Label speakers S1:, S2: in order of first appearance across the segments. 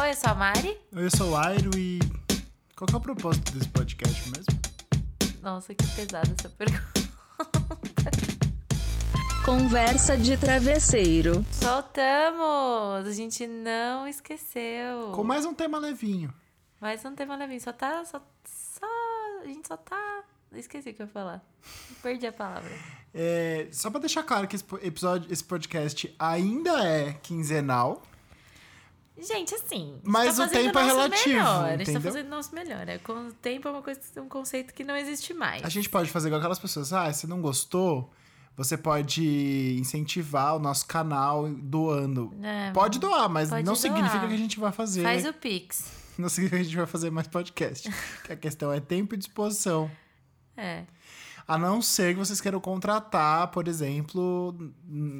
S1: Oi, eu sou a Mari.
S2: Oi, eu sou o Airo e. Qual que é o propósito desse podcast mesmo?
S1: Nossa, que pesada essa pergunta.
S3: Conversa de travesseiro.
S1: Soltamos! A gente não esqueceu.
S2: Com mais um tema levinho.
S1: Mas não teve levinho, só tá. Só, só. A gente só tá. Esqueci o que eu ia falar. Perdi a palavra.
S2: É, só pra deixar claro que esse po- episódio, esse podcast ainda é quinzenal.
S1: Gente, assim.
S2: Mas
S1: tá
S2: o
S1: fazendo
S2: tempo é
S1: nosso
S2: relativo,
S1: Melhor. A gente tá
S2: entendeu?
S1: fazendo o nosso melhor. É, com o tempo é uma coisa, um conceito que não existe mais.
S2: A gente pode fazer igual aquelas pessoas, ah, se não gostou, você pode incentivar o nosso canal doando.
S1: É,
S2: Pode doar, mas
S1: Pode
S2: não
S1: doar.
S2: significa que a gente vai fazer.
S1: Faz o Pix.
S2: Não significa que a gente vai fazer mais podcast. que a questão é tempo e disposição.
S1: É.
S2: A não ser que vocês queiram contratar, por exemplo, n-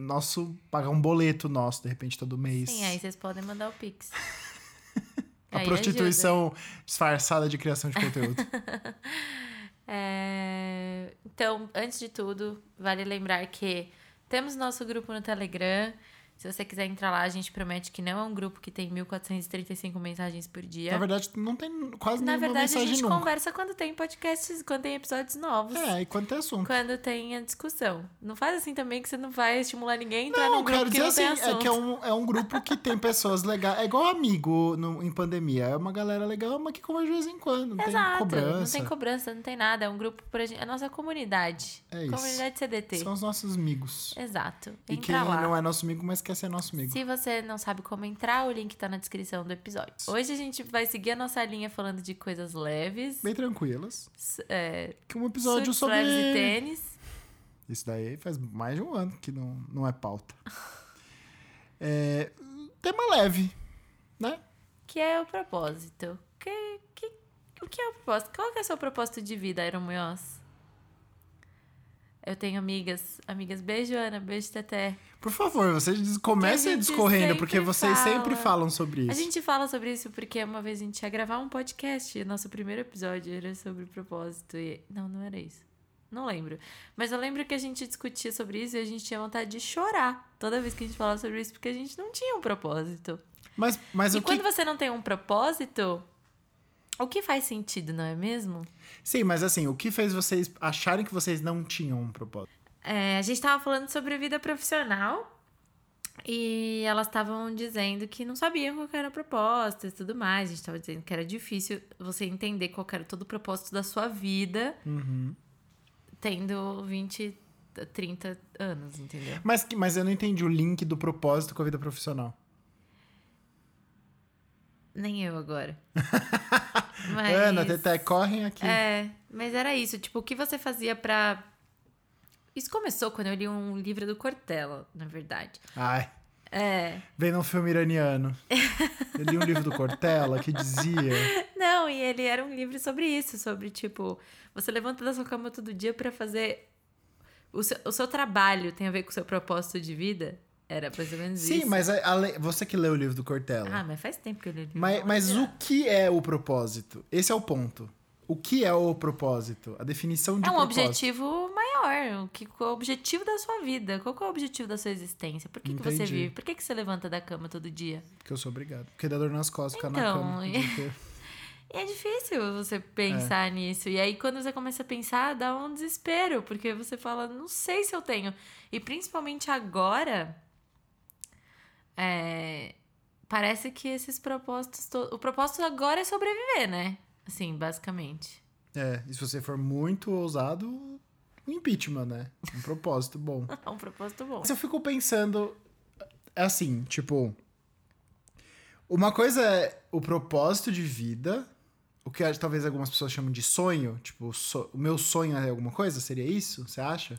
S2: nosso. pagar um boleto nosso, de repente, todo mês.
S1: Sim, aí vocês podem mandar o Pix.
S2: a
S1: Aí
S2: prostituição disfarçada de criação de conteúdo.
S1: É, Então, antes de tudo, vale lembrar que temos nosso grupo no Telegram. Se você quiser entrar lá, a gente promete que não é um grupo que tem 1.435 mensagens por dia.
S2: Na verdade, não tem quase
S1: Na
S2: nenhuma
S1: verdade, a
S2: mensagem
S1: gente
S2: nunca.
S1: conversa quando tem podcasts, quando tem episódios novos.
S2: É, e quando tem assunto.
S1: Quando tem a discussão. Não faz assim também que você não vai estimular ninguém a entrar
S2: Não,
S1: num grupo
S2: quero
S1: que
S2: dizer
S1: não
S2: assim,
S1: tem
S2: é
S1: assunto.
S2: que é um, é um grupo que tem pessoas legais. É igual amigo no- em pandemia. É uma galera legal, mas que conversa de vez em quando. Não tem
S1: Exato. Não
S2: cobrança.
S1: tem cobrança, não tem nada. É um grupo pra gente. É a nossa comunidade.
S2: É isso.
S1: Comunidade CDT.
S2: São os nossos amigos.
S1: Exato.
S2: E
S1: Entra
S2: quem
S1: lá.
S2: não é nosso amigo, mas quer ser nosso amigo.
S1: Se você não sabe como entrar, o link tá na descrição do episódio. Hoje a gente vai seguir a nossa linha falando de coisas leves.
S2: Bem tranquilas.
S1: s- É,
S2: Que um episódio
S1: surtos
S2: sobre.
S1: leves e tênis.
S2: Isso daí faz mais de um ano que não, não é pauta. É, tema leve, né?
S1: Que é o propósito. Que, que, o que é o propósito? Qual que é o seu propósito de vida, Iron Munhoz? Eu tenho amigas. Amigas, beijo, Ana. Beijo, Teté.
S2: Por favor, vocês comecem
S1: gente
S2: discorrendo,
S1: sempre
S2: porque vocês
S1: fala.
S2: sempre falam sobre isso.
S1: A gente fala sobre isso porque uma vez a gente ia gravar um podcast, nosso primeiro episódio era sobre propósito e não, não era isso. Não lembro. Mas eu lembro que a gente discutia sobre isso e a gente tinha vontade de chorar toda vez que a gente falava sobre isso porque a gente não tinha um propósito.
S2: Mas, mas
S1: e
S2: o que.
S1: quando você não tem um propósito, o que faz sentido, não é mesmo?
S2: Sim, mas assim, o que fez vocês acharem que vocês não tinham um propósito?
S1: É, a gente tava falando sobre vida profissional e elas estavam dizendo que não sabiam qual que era a proposta e tudo mais. A gente tava dizendo que era difícil você entender qual que era todo o propósito da sua vida tendo 20, 30 anos, entendeu?
S2: Mas, que- mas eu não entendi o link do propósito com a vida profissional.
S1: Nem eu agora.
S2: Ana, Teté, correm aqui.
S1: É, mas era isso. Tipo, o que você fazia pra. Isso começou quando eu li um livro do Cortella, na verdade.
S2: Ai,
S1: É.
S2: vem num filme iraniano. Eu li um livro do Cortella que dizia.
S1: Não, e ele era um livro sobre isso, sobre tipo, você levanta da sua cama todo dia pra fazer o seu, o seu trabalho tem a ver com o seu propósito de vida? Era mais ou menos isso.
S2: Sim, mas a- a le- você que leu o livro do Cortella.
S1: Ah, mas faz tempo que eu li. o livro.
S2: Mas, mas o que é o propósito? Esse é o ponto. O que é o propósito? A definição de
S1: É um
S2: propósito.
S1: objetivo maior, o que qual é o objetivo da sua vida, qual que é o objetivo da sua existência? Por que, que você
S2: Entendi.
S1: vive? Por que, que você levanta da cama todo dia?
S2: Que eu sou obrigado. Porque dá dor nas costas ficar na
S1: Então,
S2: cama. o dia inteiro.
S1: E é difícil você pensar nisso. E aí, quando você começa a pensar, dá um desespero, porque você fala, não sei se eu tenho. E principalmente agora, é, parece que esses propósitos. to- O propósito agora é sobreviver, né? Assim, basicamente.
S2: É, e se você for muito ousado, um impeachment, né? Um propósito bom.
S1: É um propósito bom.
S2: Mas eu fico pensando assim, tipo. Uma coisa é o propósito de vida, o que acho- talvez algumas pessoas chamam de sonho. Tipo, so- o meu sonho é alguma coisa? Seria isso? Você acha?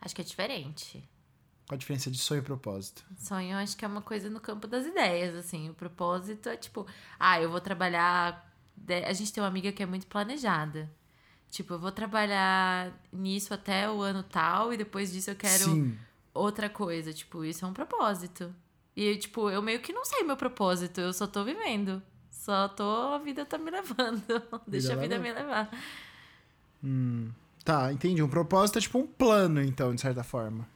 S1: Acho que é diferente.
S2: Qual a diferença de sonho e propósito?
S1: Sonho, acho que é uma coisa no campo das ideias, assim. O propósito é tipo, ah, eu vou trabalhar. de- A gente tem uma amiga que é muito planejada. Tipo, eu vou trabalhar nisso até o ano tal e depois disso eu quero
S2: Sim.
S1: outra coisa. Tipo, isso é um propósito. E, tipo, eu meio que não sei meu propósito, eu só tô vivendo. Só tô, a vida tá me levando. Deixa a vida
S2: leva.
S1: me levar.
S2: Tá, entendi. Um propósito é tipo um plano, então, de certa forma.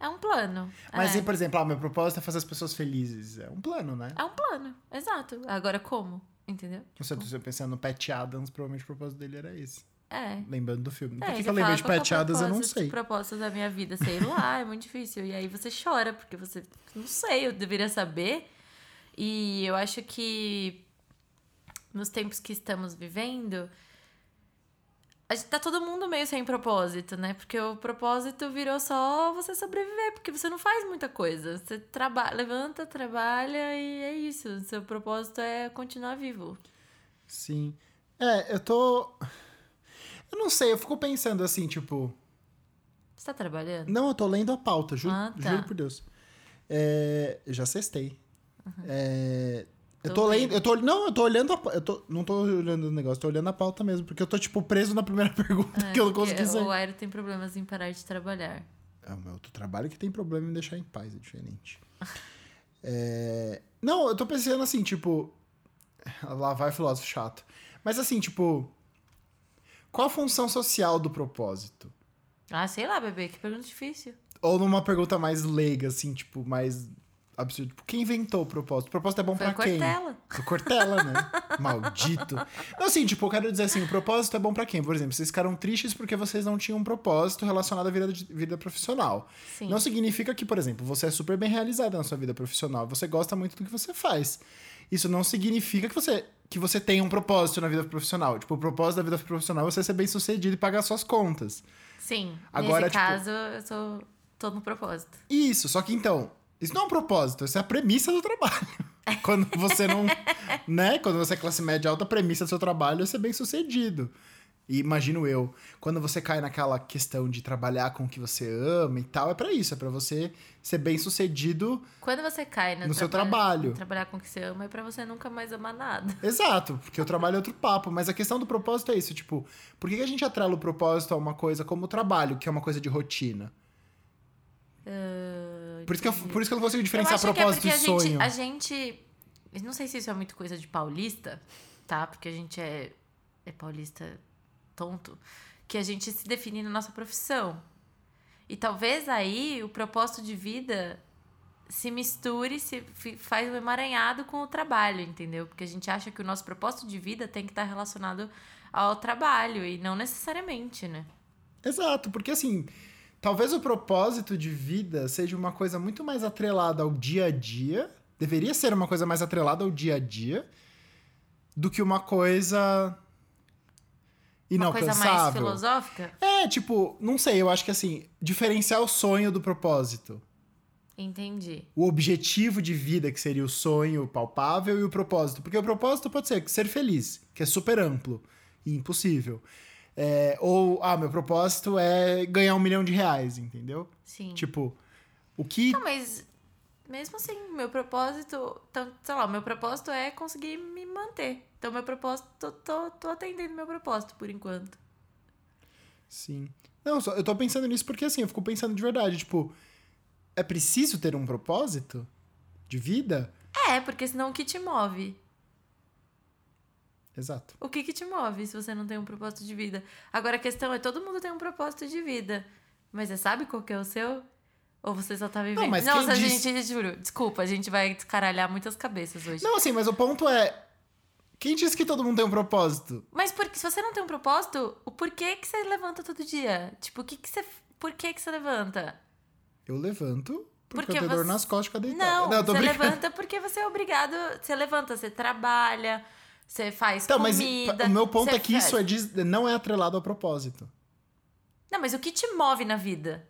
S1: É um plano.
S2: Mas,
S1: é.
S2: e, por exemplo, ah, meu propósito é fazer as pessoas felizes. É um plano, né?
S1: É um plano, exato. Agora como? Entendeu?
S2: Não sei se eu pensando no Pat Adams, provavelmente o propósito dele era esse.
S1: É.
S2: Lembrando do filme.
S1: É,
S2: Por que,
S1: você
S2: que eu lembrei
S1: fala,
S2: de
S1: qual que é o
S2: Pat Adams, eu não
S1: propósito-
S2: sei.
S1: propósito da minha vida, sei lá, é muito difícil. E aí você chora, porque você. Não sei, eu deveria saber. E eu acho que nos tempos que estamos vivendo, a gente tá todo mundo meio sem propósito, né? Porque o propósito virou só você sobreviver, porque você não faz muita coisa. Você trabalha, levanta, trabalha e é isso. O seu propósito é continuar vivo.
S2: Sim. É, eu tô. Eu não sei, eu fico pensando assim, tipo.
S1: Você tá trabalhando?
S2: Não, eu tô lendo a pauta, juro,
S1: Ah, tá.
S2: juro por Deus. É, eu já cestei. É, eu
S1: Tô
S2: tô
S1: lendo.
S2: lendo. Eu tô, não, eu tô olhando a pauta. Eu tô, não tô olhando o negócio, tô olhando a pauta mesmo, porque eu tô, tipo, preso na primeira pergunta
S1: É,
S2: que eu não
S1: porque
S2: consegui sair.
S1: O Airo tem problemas em parar de trabalhar.
S2: É o meu outro trabalho que tem problema em me deixar em paz, é diferente. É, Não, eu tô pensando assim, tipo. Lá vai filósofo chato. Mas assim, tipo. Qual a função social do propósito?
S1: Ah, sei lá, bebê, que pergunta difícil.
S2: Ou numa pergunta mais leiga, assim, tipo, mais absurda. Tipo, quem inventou o propósito? O propósito é bom
S1: Foi
S2: pra
S1: a
S2: quem?
S1: Cortella.
S2: Foi o Cortella, né? Maldito. Não, assim, tipo, eu quero dizer assim, o propósito é bom pra quem? Por exemplo, vocês ficaram tristes porque vocês não tinham um propósito relacionado à vida, de- vida profissional.
S1: Sim.
S2: Não significa que, por exemplo, você é super bem realizada na sua vida profissional, você gosta muito do que você faz. Isso não significa que você, que você tem um propósito na vida profissional. Tipo, o propósito da vida profissional é você ser bem sucedido e pagar suas contas.
S1: Sim.
S2: Agora,
S1: nesse
S2: tipo-
S1: caso, eu sou. tô no propósito.
S2: Isso, só que então, isso não é um propósito, isso é a premissa do trabalho. Quando você não. né? Quando você é classe média alta, a premissa do seu trabalho é ser bem sucedido. E imagino eu, quando você cai naquela questão de trabalhar com o que você ama e tal, é pra isso, é pra você ser bem sucedido
S1: Quando você cai
S2: no seu trabalho.
S1: Trabalhar com o que você ama é pra você nunca mais amar nada.
S2: Exato, porque o trabalho é outro papo, mas a questão do propósito é isso, tipo, por que que a gente atrela o propósito a uma coisa como o trabalho, que é uma coisa de rotina? Por isso que eu, por isso que eu não consigo diferenciar
S1: Ah, eu acho
S2: propósito
S1: que é
S2: e
S1: porque a
S2: sonho.
S1: gente, a gente. eu Não sei se isso é muito coisa de paulista, tá? Porque a gente é, é paulista tonto. Que a gente se define na nossa profissão. E talvez aí o propósito de vida se misture, se fi- faz um emaranhado com o trabalho, entendeu? Porque a gente acha que o nosso propósito de vida tem que estar relacionado ao trabalho e não necessariamente, né?
S2: Exato, porque assim, talvez o propósito de vida seja uma coisa muito mais atrelada ao dia a dia, deveria ser uma coisa mais atrelada ao dia a dia, do que uma coisa
S1: Uma
S2: inalcançável.
S1: coisa mais filosófica?
S2: É, tipo, não sei, eu acho que assim, diferenciar o sonho do propósito.
S1: Entendi.
S2: o objetivo de vida, que seria o sonho palpável, e o propósito. Porque o propósito pode ser ser feliz, que é super amplo e impossível. É, ou, ah, meu propósito é ganhar um milhão de reais, entendeu?
S1: Sim.
S2: Tipo, o que.
S1: Não, mas mesmo assim, meu propósito. Então, sei lá, meu propósito é conseguir me manter. Então, meu propósito, tô, tô, tô atendendo meu propósito por enquanto.
S2: Sim. Não, só- eu tô pensando nisso porque assim, eu fico pensando de verdade, tipo, é preciso ter um propósito de vida?
S1: É, porque senão o que te move?
S2: Exato.
S1: O que, que te move se você não tem um propósito de vida? Agora a questão é: todo mundo tem um propósito de vida. Mas você sabe qual que é o seu? Ou você só tá vivendo?
S2: mas
S1: Nossa,
S2: quem diz-
S1: gente, juro, desculpa, a gente vai descaralhar muitas cabeças hoje.
S2: Não, assim, mas o ponto é. Quem disse que todo mundo tem um propósito?
S1: Mas porque se você não tem um propósito, o porquê que você levanta todo dia? Tipo, o que, que você. Por que, que você levanta?
S2: Eu levanto porque,
S1: Porque
S2: eu tenho dor
S1: você-
S2: nas costas com a deitada.
S1: Não,
S2: eu Então, tô
S1: você
S2: brincando.
S1: levanta porque você é obrigado. Você levanta, você trabalha, você faz
S2: Então, mas
S1: comida.
S2: o meu ponto
S1: você
S2: é que
S1: faz-
S2: isso é des- não é atrelado ao propósito.
S1: Não, mas o que te move na vida?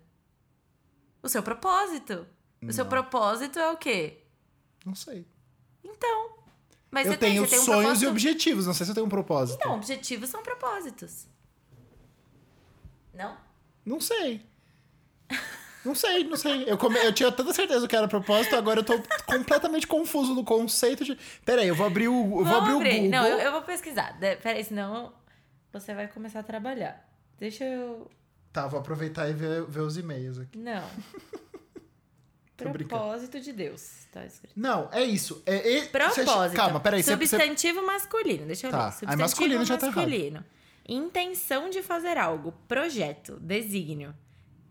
S1: O seu propósito. O seu
S2: Não.
S1: propósito é o quê?
S2: Não sei.
S1: Então. Mas
S2: eu
S1: você tem,
S2: tenho
S1: você tem um
S2: sonhos
S1: propósito...
S2: e objetivos, não sei se eu tenho um propósito.
S1: Não, objetivos são propósitos. Não?
S2: Não sei. Não sei, não sei. Eu, come- eu tinha tanta certeza que era propósito, agora eu tô completamente confuso no conceito de. Peraí, eu vou abrir o, eu vou
S1: Vamos
S2: abrir o Google.
S1: Não, eu, eu vou pesquisar. De- Peraí, senão você vai começar a trabalhar. Deixa eu.
S2: Tá, vou aproveitar e ver, ver os e-mails aqui.
S1: Não.
S2: Tô brincando.
S1: Propósito de Deus. Tá escrito.
S2: Não, é isso. É, é-
S1: Propósito.
S2: Você, calma, peraí. você- Você,
S1: Substantivo masculino, deixa eu
S2: Tá,
S1: ver.
S2: aí
S1: Substantivo
S2: masculino já tá errado.
S1: masculino. Intenção de fazer algo, projeto, desígnio.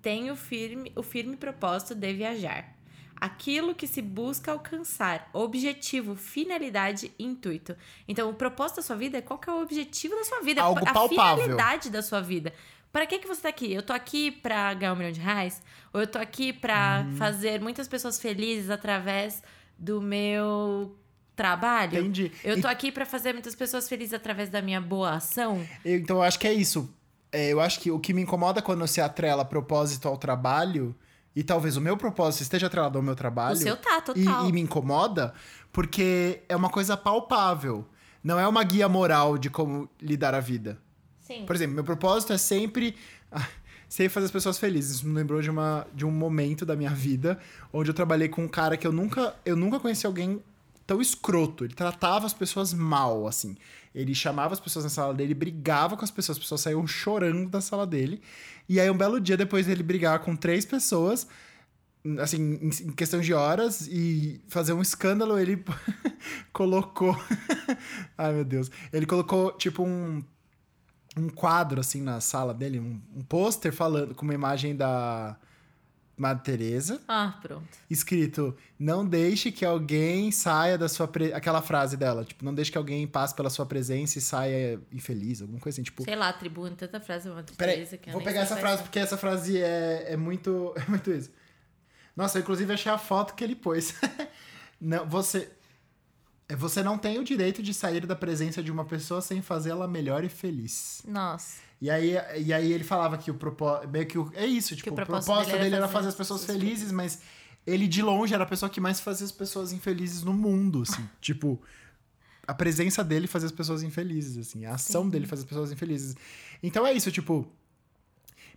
S1: tenho firme, o firme propósito de viajar. Aquilo que se busca alcançar, objetivo, finalidade, intuito. Então, o propósito da sua vida é qual que é o objetivo da sua vida,
S2: Algo
S1: a
S2: palpável.
S1: finalidade da sua vida. Pra que que você tá aqui? Eu tô aqui pra ganhar um milhão de reais? Ou eu tô aqui pra
S2: Uhum.
S1: fazer muitas pessoas felizes através do meu trabalho?
S2: Entendi.
S1: Eu tô aqui pra fazer muitas pessoas felizes através da minha boa ação?
S2: Eu- então, eu acho que é isso. É, eu acho que o que me incomoda quando se atrela propósito ao trabalho, e talvez o meu propósito esteja atrelado ao meu trabalho.
S1: O seu tá,
S2: e-
S1: total.
S2: E, me incomoda, porque é uma coisa palpável. Não é uma guia moral de como lidar a vida.
S1: Sim.
S2: Por exemplo, meu propósito é sempre. Sempre fazer as pessoas felizes. Isso me lembrou de, uma, de um momento da minha vida onde eu trabalhei com um cara que eu nunca. Eu nunca conheci alguém tão escroto. Ele tratava as pessoas mal, assim. Ele chamava as pessoas na sala dele, brigava com as pessoas, as pessoas saíam chorando da sala dele. E aí, um belo dia, depois dele brigar com três pessoas, assim, em, em questão de horas, e fazer um escândalo, ele colocou. Ai, meu Deus. Ele colocou, tipo, um um quadro, assim, na sala dele, um, um pôster falando com uma imagem da Madre Teresa,
S1: Ah, pronto.
S2: escrito: "Não deixe que alguém saia da sua pre... aquela frase dela, tipo, não deixe que alguém passe pela sua presença e saia infeliz, alguma coisa assim, tipo,
S1: Sei lá, tribuna, tanta frase, uma
S2: Peraí,
S1: tristeza que eu
S2: vou
S1: nem
S2: pegar
S1: sei é
S2: essa frase
S1: quais
S2: porque essa frase é, é muito é muito isso. Nossa, eu inclusive achei a foto que ele pôs. não, você é, você não tem o direito de sair da presença de uma pessoa sem fazê-la melhor e feliz.
S1: são. Nossa.
S2: E aí, e aí ele falava que o propósito. Meio que o- é isso, tipo,
S1: o
S2: o
S1: propósito
S2: propósito,
S1: dele era
S2: dele era
S1: fazer
S2: fazer
S1: as
S2: as pessoas
S1: pessoas
S2: felizes, mas ele de longe era a pessoa que mais fazia as pessoas infelizes no mundo, assim. tipo, a presença dele fazia as pessoas infelizes, assim. A ação dele fazia as pessoas infelizes. Então é isso, tipo.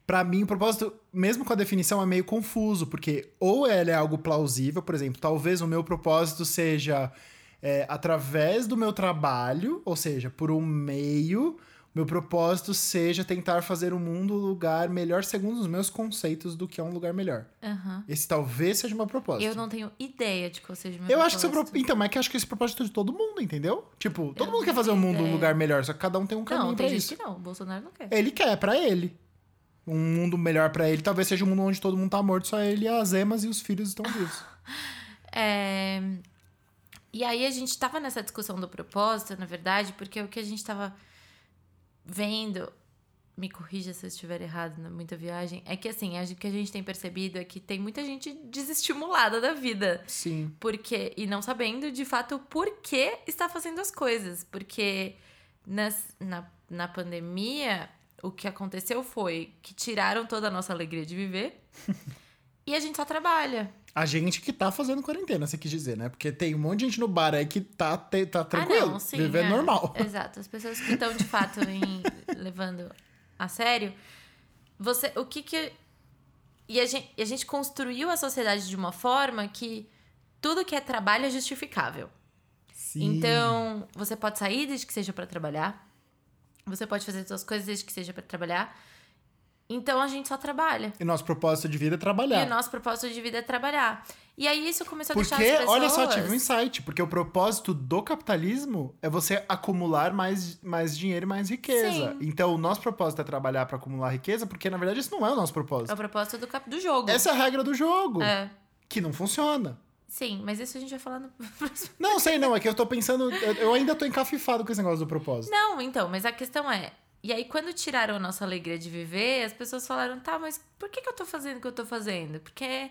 S2: Pra mim, o propósito, mesmo com a definição, é meio confuso, porque ou ela é algo plausível, por exemplo, talvez o meu propósito seja é, através do meu trabalho, ou seja, por um meio, meu propósito seja tentar fazer o mundo um lugar melhor segundo os meus conceitos do que é um lugar melhor.
S1: Aham.
S2: Esse talvez seja o meu propósito.
S1: Eu não tenho ideia de qual seja o meu
S2: Eu acho que seu
S1: propósito.
S2: propósito. Então, mas é que eu acho que esse propósito é de todo mundo, entendeu? Tipo, todo
S1: Eu
S2: mundo
S1: não
S2: quer fazer o
S1: tenho
S2: mundo um
S1: ideia.
S2: lugar melhor, só que cada um tem um caminho
S1: Não,
S2: pra
S1: tem gente
S2: isso.
S1: que não. O Bolsonaro não quer.
S2: Ele quer, pra ele. Um mundo melhor pra ele. Talvez seja um mundo onde todo mundo tá morto, só ele, as emas e os filhos estão vivos.
S1: É, E aí a gente tava nessa discussão do propósito, na verdade, porque o que a gente tava vendo, me corrija se eu estiver errado na muita viagem, é que assim, a gente- o que a gente tem percebido é que tem muita gente desestimulada da vida.
S2: Sim.
S1: porque e não sabendo de fato por que está fazendo as coisas, porque nas- na, na pandemia o que aconteceu foi que tiraram toda a nossa alegria de viver e a gente só trabalha.
S2: A gente que tá fazendo quarentena, você quis dizer, né? Porque tem um monte de gente no bar aí que tá, te- tá tranquilo.
S1: Ah, não, sim,
S2: vivendo
S1: é.
S2: normal.
S1: Exato, as pessoas que estão de fato em- levando a sério, você o que que e a gente, e a gente construiu a sociedade de uma forma que tudo que é trabalho é justificável.
S2: Sim.
S1: Então, você pode sair desde que seja pra trabalhar. Você pode fazer suas coisas desde que seja pra trabalhar. Então a gente só trabalha.
S2: E nosso propósito de vida é
S1: E
S2: trabalhar.
S1: o nosso propósito de vida é trabalhar. E aí isso começou a
S2: Porque,
S1: deixar as pessoas.
S2: olha só, tive um insight. Porque o propósito do capitalismo é você acumular mais, mais dinheiro e mais riqueza.
S1: Sim.
S2: Então, o nosso propósito é trabalhar pra acumular riqueza, porque na verdade isso não é o
S1: É
S2: nosso
S1: o
S2: propósito.
S1: propósito do, cap... do jogo.
S2: Essa é a regra do jogo.
S1: É.
S2: Que não funciona.
S1: Sim, mas isso a gente vai falar no próximo.
S2: Não, sei não, é que eu tô pensando. eu- Eu ainda tô encafifado com esse negócio do propósito.
S1: Não, então, mas a questão é. E aí, quando tiraram a nossa alegria de viver, as pessoas falaram, tá, mas por que, que eu tô fazendo o que eu tô fazendo? Porque,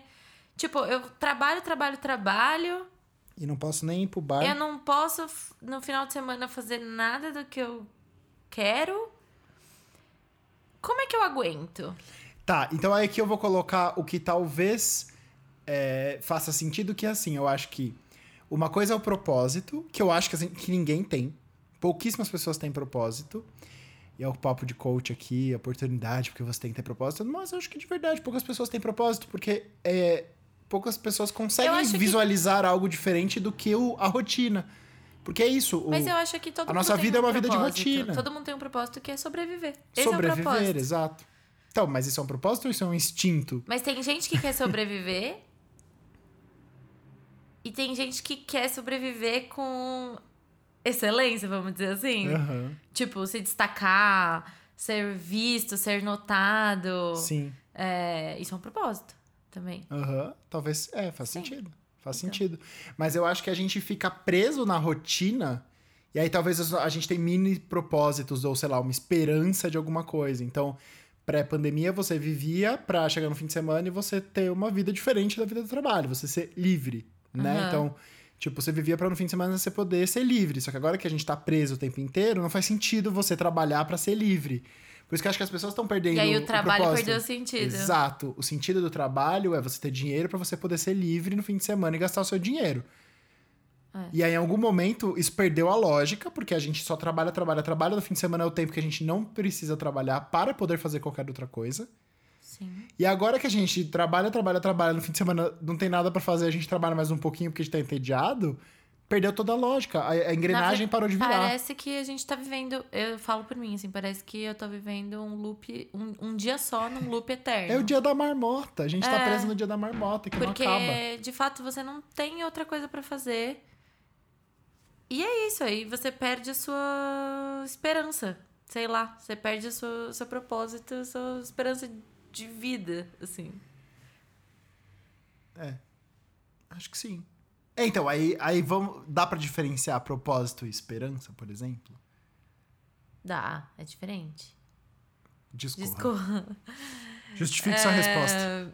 S1: tipo, eu trabalho, trabalho, trabalho.
S2: E não posso nem ir pro bar.
S1: Eu não posso, f- no final de semana, fazer nada do que eu quero. Como é que eu aguento?
S2: Tá, então aí que eu vou colocar o que talvez é, faça sentido, que é assim, eu acho que uma coisa é o propósito, que eu acho que, assim, que ninguém tem. Pouquíssimas pessoas têm propósito. E é o papo de coach aqui, oportunidade, porque você tem que ter propósito. Mas eu acho que de verdade, poucas pessoas têm propósito, porque é, poucas pessoas conseguem
S1: acho que-
S2: visualizar algo diferente do que o- a rotina. Porque é isso. o-
S1: Mas eu acho que todo
S2: a
S1: mundo
S2: nossa
S1: tem um
S2: vida é uma vida de
S1: propósito.
S2: rotina.
S1: Todo mundo tem um propósito que é sobreviver. Esse é o
S2: sobreviver,
S1: propósito.
S2: exato. Então, mas isso é um propósito ou isso é um instinto?
S1: Mas tem gente que quer sobreviver. e tem gente que quer sobreviver com excelência, vamos dizer assim.
S2: É. Aham,
S1: Tipo, se destacar, ser visto, ser notado.
S2: Sim.
S1: É, isso é um propósito também.
S2: Aham, talvez. É, faz
S1: Sim.
S2: sentido. Faz
S1: Então.
S2: sentido. Mas eu acho que a gente fica preso na rotina. E aí talvez as- a gente tem mini propósitos, ou sei lá, uma esperança de alguma coisa. Então, pré-pandemia, você vivia pra chegar no fim de semana e você ter uma vida diferente da vida do trabalho, você ser livre, né?
S1: Aham.
S2: Então, tipo, você vivia pra no fim de semana você poder ser livre. Só que agora que a gente tá preso o tempo inteiro, não faz sentido você trabalhar pra ser livre. Por isso que eu acho que as pessoas estão perdendo
S1: E aí o trabalho
S2: propósito.
S1: perdeu o sentido.
S2: Exato. O sentido do trabalho é você ter dinheiro pra você poder ser livre no fim de semana e gastar o seu dinheiro.
S1: É.
S2: E aí, em algum momento, isso perdeu a lógica, porque a gente só trabalha, trabalha, trabalha. No fim de semana é o tempo que a gente não precisa trabalhar para poder fazer qualquer outra coisa.
S1: Sim.
S2: E agora que a gente trabalha, trabalha, trabalha, no fim de semana não tem nada pra fazer, a gente trabalha mais um pouquinho porque a gente tá entediado, perdeu toda a lógica. A, a engrenagem
S1: Na ver-
S2: parou de virar.
S1: Parece que a gente tá vivendo, eu falo por mim, assim, parece que eu tô vivendo um loop, um, um dia só num loop eterno.
S2: É o dia da marmota. A gente tá
S1: É.
S2: preso no dia da marmota, que
S1: Porque,
S2: não acaba.
S1: de fato, você não tem outra coisa pra fazer. E é isso aí, você perde a sua esperança. Sei lá, você perde o seu, seu propósito, a sua esperança de vida, assim.
S2: Acho que sim. É, então, aí, aí vamos. Dá pra diferenciar propósito e esperança, por exemplo?
S1: Dá, é diferente.
S2: Discorra.
S1: Discorra.
S2: Justifique
S1: É,
S2: sua resposta.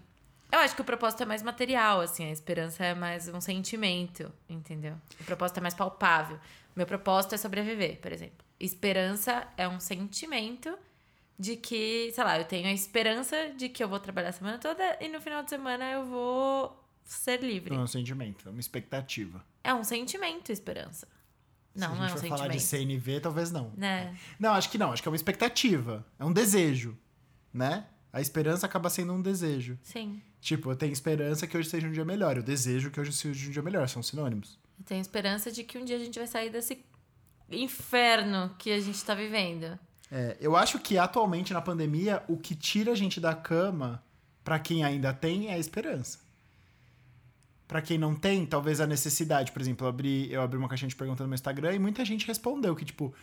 S1: Eu acho que o propósito é mais material, assim, a esperança é mais um sentimento, entendeu? O propósito é mais palpável. Meu propósito é sobreviver, por exemplo. Esperança é um sentimento de que, sei lá, eu tenho a esperança de que eu vou trabalhar a semana toda e no final de semana eu vou ser livre.
S2: Não é um sentimento, é uma expectativa.
S1: É um sentimento, esperança. Não,
S2: Se
S1: não
S2: a
S1: é
S2: gente
S1: um
S2: for falar de
S1: sentimento.
S2: CNV, talvez não.
S1: Né?
S2: Não, acho que não. Acho que é uma expectativa. É um desejo, né? A esperança acaba sendo um desejo.
S1: Sim.
S2: Tipo, eu tenho esperança que hoje seja um dia melhor. Eu desejo que hoje seja um dia melhor. São sinônimos.
S1: Eu tenho esperança de que um dia a gente vai sair desse inferno que a gente tá vivendo.
S2: É, eu acho que atualmente na pandemia, o que tira a gente da cama, pra quem ainda tem, é a esperança. Pra quem não tem, talvez a necessidade. Por exemplo, eu abri, eu abri uma caixinha de perguntas no meu Instagram e muita gente respondeu que, tipo.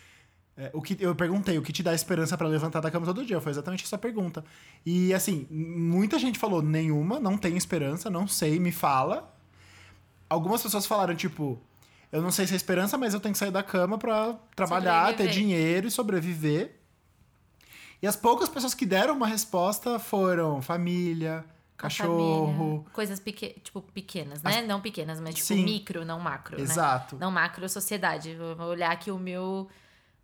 S2: é, o que, eu perguntei o que te dá esperança pra levantar da cama todo dia. Foi exatamente essa pergunta. E, assim, muita gente falou: nenhuma, não tenho esperança, não sei, me fala. Algumas pessoas falaram, tipo. Eu não sei se é esperança, mas eu tenho que sair da cama pra trabalhar, ter
S1: Sobreviver.
S2: dinheiro e sobreviver. E as poucas pessoas que deram uma resposta foram família, cachorro.
S1: família, coisas peque tipo, pequenas, né? Não pequenas, mas tipo
S2: Sim.
S1: micro, não macro, né?
S2: Exato.
S1: Não macro sociedade. Eu Vou olhar aqui o meu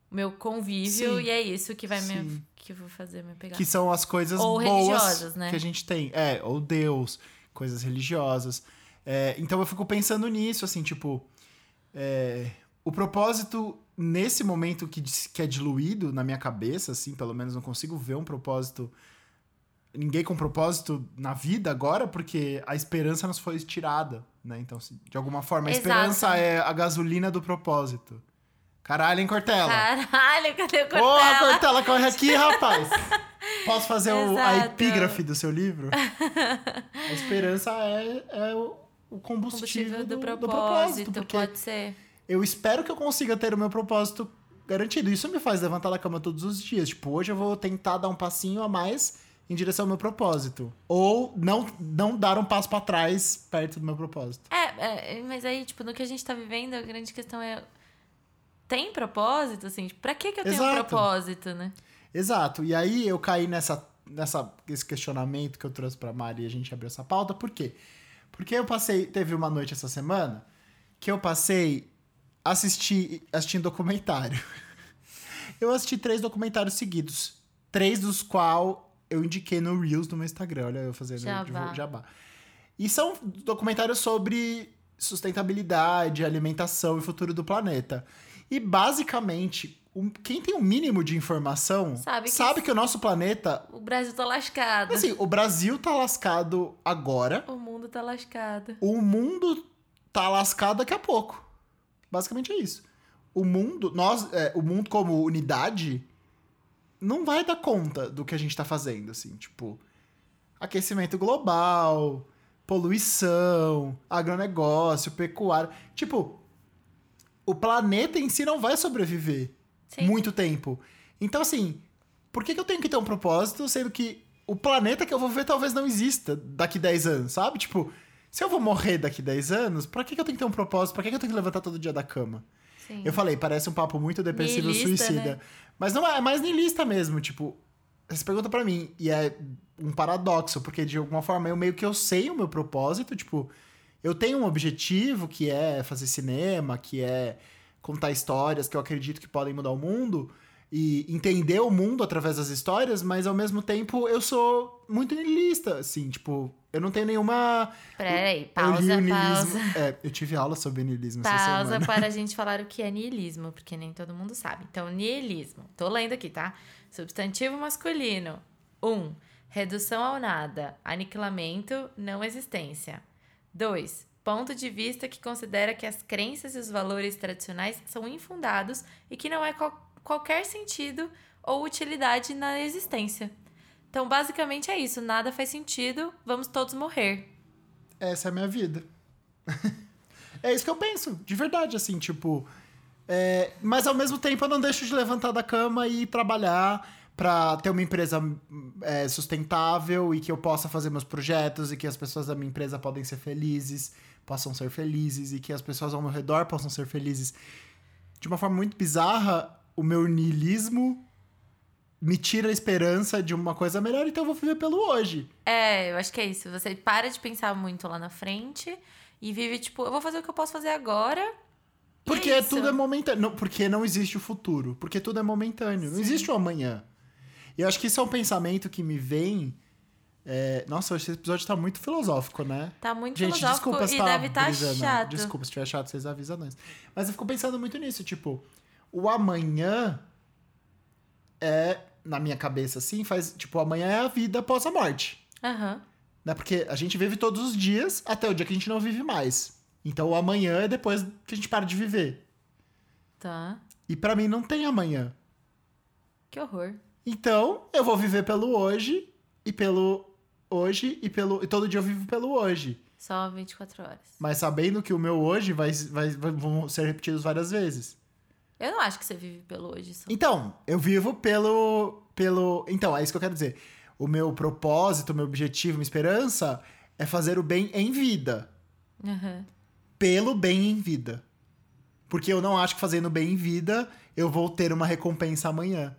S1: meu convívio
S2: Sim.
S1: e é isso que vai me
S2: Sim.
S1: que eu vou fazer me pegar.
S2: Que são as coisas
S1: Ou
S2: boas
S1: religiosas, né?
S2: que a gente tem. É, ou Deus, coisas religiosas. É, então eu fico pensando nisso, assim, tipo. é, o propósito, nesse momento que, dis- que é diluído na minha cabeça, assim, pelo menos não consigo ver um propósito. Ninguém com propósito na vida agora, porque a esperança nos foi tirada, né? Então, se- de alguma forma, a
S1: Exato.
S2: esperança é a gasolina do propósito. Caralho, hein, Cortella?
S1: Caralho, cadê o
S2: Porra,
S1: Cortella?
S2: Cortella, corre aqui, rapaz! Posso fazer o, a
S1: Exato.
S2: epígrafe do seu livro? A esperança é, é o, o combustível,
S1: Combustível do, propósito,
S2: porque
S1: pode ser.
S2: eu espero que eu consiga ter o meu propósito garantido. Isso me faz levantar da cama todos os dias. Tipo, hoje eu vou tentar dar um passinho a mais em direção ao meu propósito. Ou não, não dar um passo pra trás perto do meu propósito.
S1: É, é, mas aí, tipo, no que a gente tá vivendo, a grande questão é tem propósito, assim? Tipo, pra que que eu tenho um
S2: Exato.
S1: propósito, né?
S2: Exato. E aí eu caí nessa, nessa esse questionamento que eu trouxe pra Mari e a gente abriu essa pauta. Por quê? Porque eu passei, teve uma noite essa semana que eu passei assisti, assistindo documentário. Eu assisti três documentários seguidos, três dos qual eu indiquei no Reels do meu Instagram. Olha, eu fazendo
S1: Jabá.
S2: divul- jabá. E são documentários sobre sustentabilidade, alimentação e futuro do planeta. E basicamente, um- quem tem um mínimo de informação
S1: Sabe que-
S2: que o nosso planeta.
S1: O Brasil tá lascado.
S2: Assim, o Brasil tá lascado agora.
S1: O mundo tá lascado.
S2: O mundo tá lascado daqui a pouco. Basicamente é isso. O mundo, nós, é, o mundo como unidade não vai dar conta do que a gente tá fazendo, assim, tipo, aquecimento global, poluição, agronegócio, pecuária, tipo, o planeta em si não vai sobreviver
S1: Sim.
S2: muito tempo. Então, assim, por que, que eu tenho que ter um propósito, sendo que o planeta que eu vou ver talvez não exista daqui 10 anos, sabe? Tipo, se eu vou morrer daqui 10 anos, pra que, que eu tenho que ter um propósito? Pra que, que eu tenho que levantar todo dia da cama?
S1: Sim.
S2: Eu falei, parece um papo muito depressivo
S1: Niilista,
S2: suicida.
S1: né?
S2: Mas não é, é mais niilista mesmo, tipo, essa pergunta pra mim e é um paradoxo, porque de alguma forma eu meio que eu sei o meu propósito, tipo, eu tenho um objetivo que é fazer cinema, que é contar histórias que eu acredito que podem mudar o mundo e entender o mundo através das histórias, mas ao mesmo tempo eu sou muito niilista, assim, tipo, eu não tenho nenhuma
S1: Peraí,
S2: eu li o
S1: pausa,
S2: niilismo.
S1: pausa.
S2: É, eu tive aula sobre niilismo essa semana.
S1: Pausa para a gente falar o que é niilismo, porque nem todo mundo sabe. Então, niilismo. Tô lendo aqui, tá? Substantivo masculino. 1. Um, redução ao nada, aniquilamento, não existência. 2. Ponto de vista que considera que as crenças e os valores tradicionais são infundados e que não há qual- qualquer sentido ou utilidade na existência. Então, basicamente é isso. Nada faz sentido, vamos todos morrer.
S2: essa é a minha vida. é isso que eu penso, de verdade, assim, tipo. é, mas ao mesmo tempo eu não deixo de levantar da cama e ir trabalhar pra ter uma empresa é, sustentável e que eu possa fazer meus projetos e que as pessoas da minha empresa podem ser felizes, possam ser felizes e que as pessoas ao meu redor possam ser felizes. De uma forma muito bizarra, o meu niilismo me tira a esperança de uma coisa melhor, então eu vou viver pelo hoje.
S1: É, eu acho que é isso. Você para de pensar muito lá na frente e vive, tipo, eu vou fazer o que eu posso fazer agora. e
S2: Porque
S1: é
S2: tudo é momentâneo. Não, porque não existe o futuro. Porque tudo é momentâneo. Não existe o amanhã. E eu acho que isso é um pensamento que me vem. é, Nossa, esse episódio tá muito filosófico, né?
S1: Tá muito
S2: Gente,
S1: filosófico
S2: desculpa se
S1: e
S2: tá
S1: deve estar
S2: brisando.
S1: chato.
S2: Desculpa, se tiver chato, vocês avisam nós. Mas eu fico pensando muito nisso, tipo, o amanhã é, na minha cabeça, assim, faz. Tipo, amanhã é a vida após a morte.
S1: Aham.
S2: Né? Porque a gente vive todos os dias até o dia que a gente não vive mais. Então o amanhã é depois que a gente para de viver.
S1: Tá.
S2: E pra mim não tem amanhã.
S1: Que horror.
S2: Então, eu vou viver pelo hoje e pelo hoje e pelo e todo dia eu vivo pelo hoje,
S1: Só 24 horas.
S2: mas sabendo que o meu hoje vai, vai, vai- vão ser repetidos várias vezes.
S1: Eu não acho que você vive pelo hoje só.
S2: Então, eu vivo pelo pelo, então é isso que eu quero dizer. O meu propósito, o meu objetivo, minha esperança é fazer o bem em vida,
S1: Aham.
S2: pelo bem em vida. Porque eu não acho que fazendo bem em vida eu vou ter uma recompensa amanhã.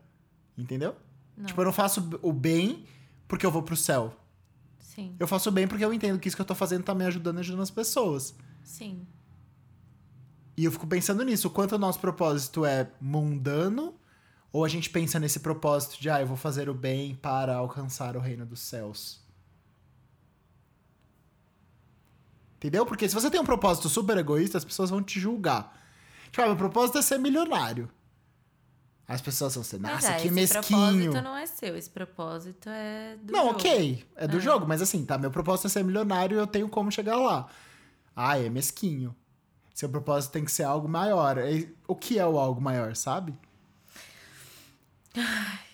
S2: Entendeu?
S1: Não.
S2: Tipo, eu não faço o bem porque eu vou pro céu.
S1: Sim.
S2: Eu faço bem porque eu entendo que isso que eu tô fazendo tá me ajudando e ajudando as pessoas.
S1: Sim.
S2: E eu fico pensando nisso, o quanto o nosso propósito é mundano, ou a gente pensa nesse propósito de, ah, eu vou fazer o bem para alcançar o reino dos céus. Entendeu? Porque se você tem um propósito super egoísta, as pessoas vão te julgar. Tipo, ah, meu propósito é ser milionário. As pessoas vão ser,
S1: Mas
S2: nossa,
S1: é,
S2: que
S1: esse
S2: mesquinho.
S1: propósito não é seu, esse propósito é do.
S2: Não,
S1: jogo. Ah.
S2: ok. É do jogo, mas assim, tá, meu propósito é ser milionário e eu tenho como chegar lá. Ah, é mesquinho. Seu propósito tem que ser algo maior. E O que é o algo maior, sabe?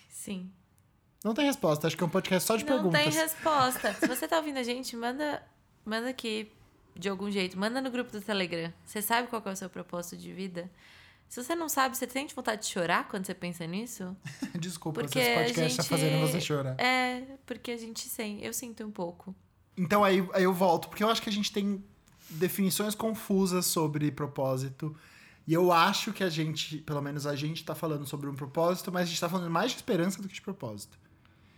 S1: Sim.
S2: Não tem resposta, acho que é um podcast só de
S1: não
S2: perguntas.
S1: tem resposta. Se você tá ouvindo a gente, manda, manda aqui de algum jeito. Manda no grupo do Telegram. Você sabe qual que é o seu propósito de vida? Se você não sabe, você sente vontade de chorar quando você pensa nisso?
S2: É. Desculpa,
S1: Porque
S2: esse
S1: a
S2: podcast
S1: gente...
S2: tá fazendo você chorar.
S1: É, porque a gente sente. Eu sinto um pouco.
S2: Então aí, aí eu volto, porque eu acho que a gente tem definições confusas sobre propósito. E eu acho que a gente, pelo menos a gente, tá falando sobre um propósito, mas a gente tá falando mais de esperança do que de propósito.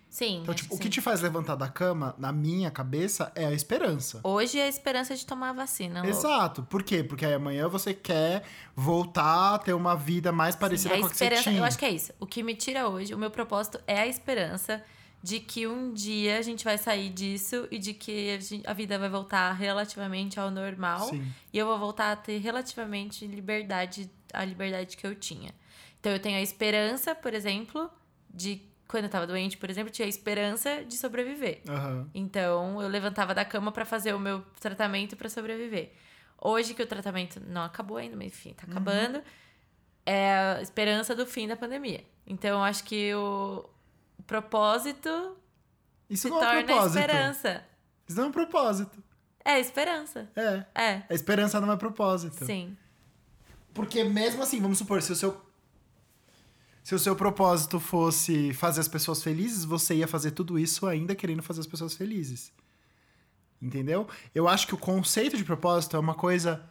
S1: Sim.
S2: Então,
S1: acho
S2: tipo, o
S1: sim.
S2: que te faz levantar da cama, na minha cabeça, é a esperança.
S1: Hoje é a esperança de tomar a vacina.
S2: é
S1: Lô.
S2: Exato. Por quê? Porque aí amanhã você quer voltar a ter uma vida mais parecida
S1: a
S2: com a que você
S1: esperança,
S2: tinha.
S1: eu acho que é isso. O que me tira hoje, o meu propósito é a esperança de que um dia a gente vai sair disso e de que a, gente- a vida vai voltar relativamente ao normal
S2: Sim.
S1: e eu vou voltar a ter relativamente liberdade, a liberdade que eu tinha. Então eu tenho a esperança, por exemplo, de quando eu tava doente, por exemplo, eu tinha a esperança de sobreviver.
S2: Aham.
S1: Então, eu levantava da cama pra fazer o meu tratamento pra sobreviver. Hoje que o tratamento não acabou ainda, mas enfim,
S2: Uhum.
S1: tá acabando, é a esperança do fim da pandemia. Então, eu acho que o o propósito
S2: Isso
S1: se
S2: não é um
S1: torna a
S2: propósito.
S1: esperança.
S2: Isso não é um propósito.
S1: É a esperança.
S2: É.
S1: É,
S2: A esperança não é propósito.
S1: sim.
S2: Porque mesmo assim, vamos supor, se o seu. Se o seu propósito fosse fazer as pessoas felizes, você ia fazer tudo isso ainda querendo fazer as pessoas felizes. Entendeu? Eu acho que o conceito de propósito é uma coisa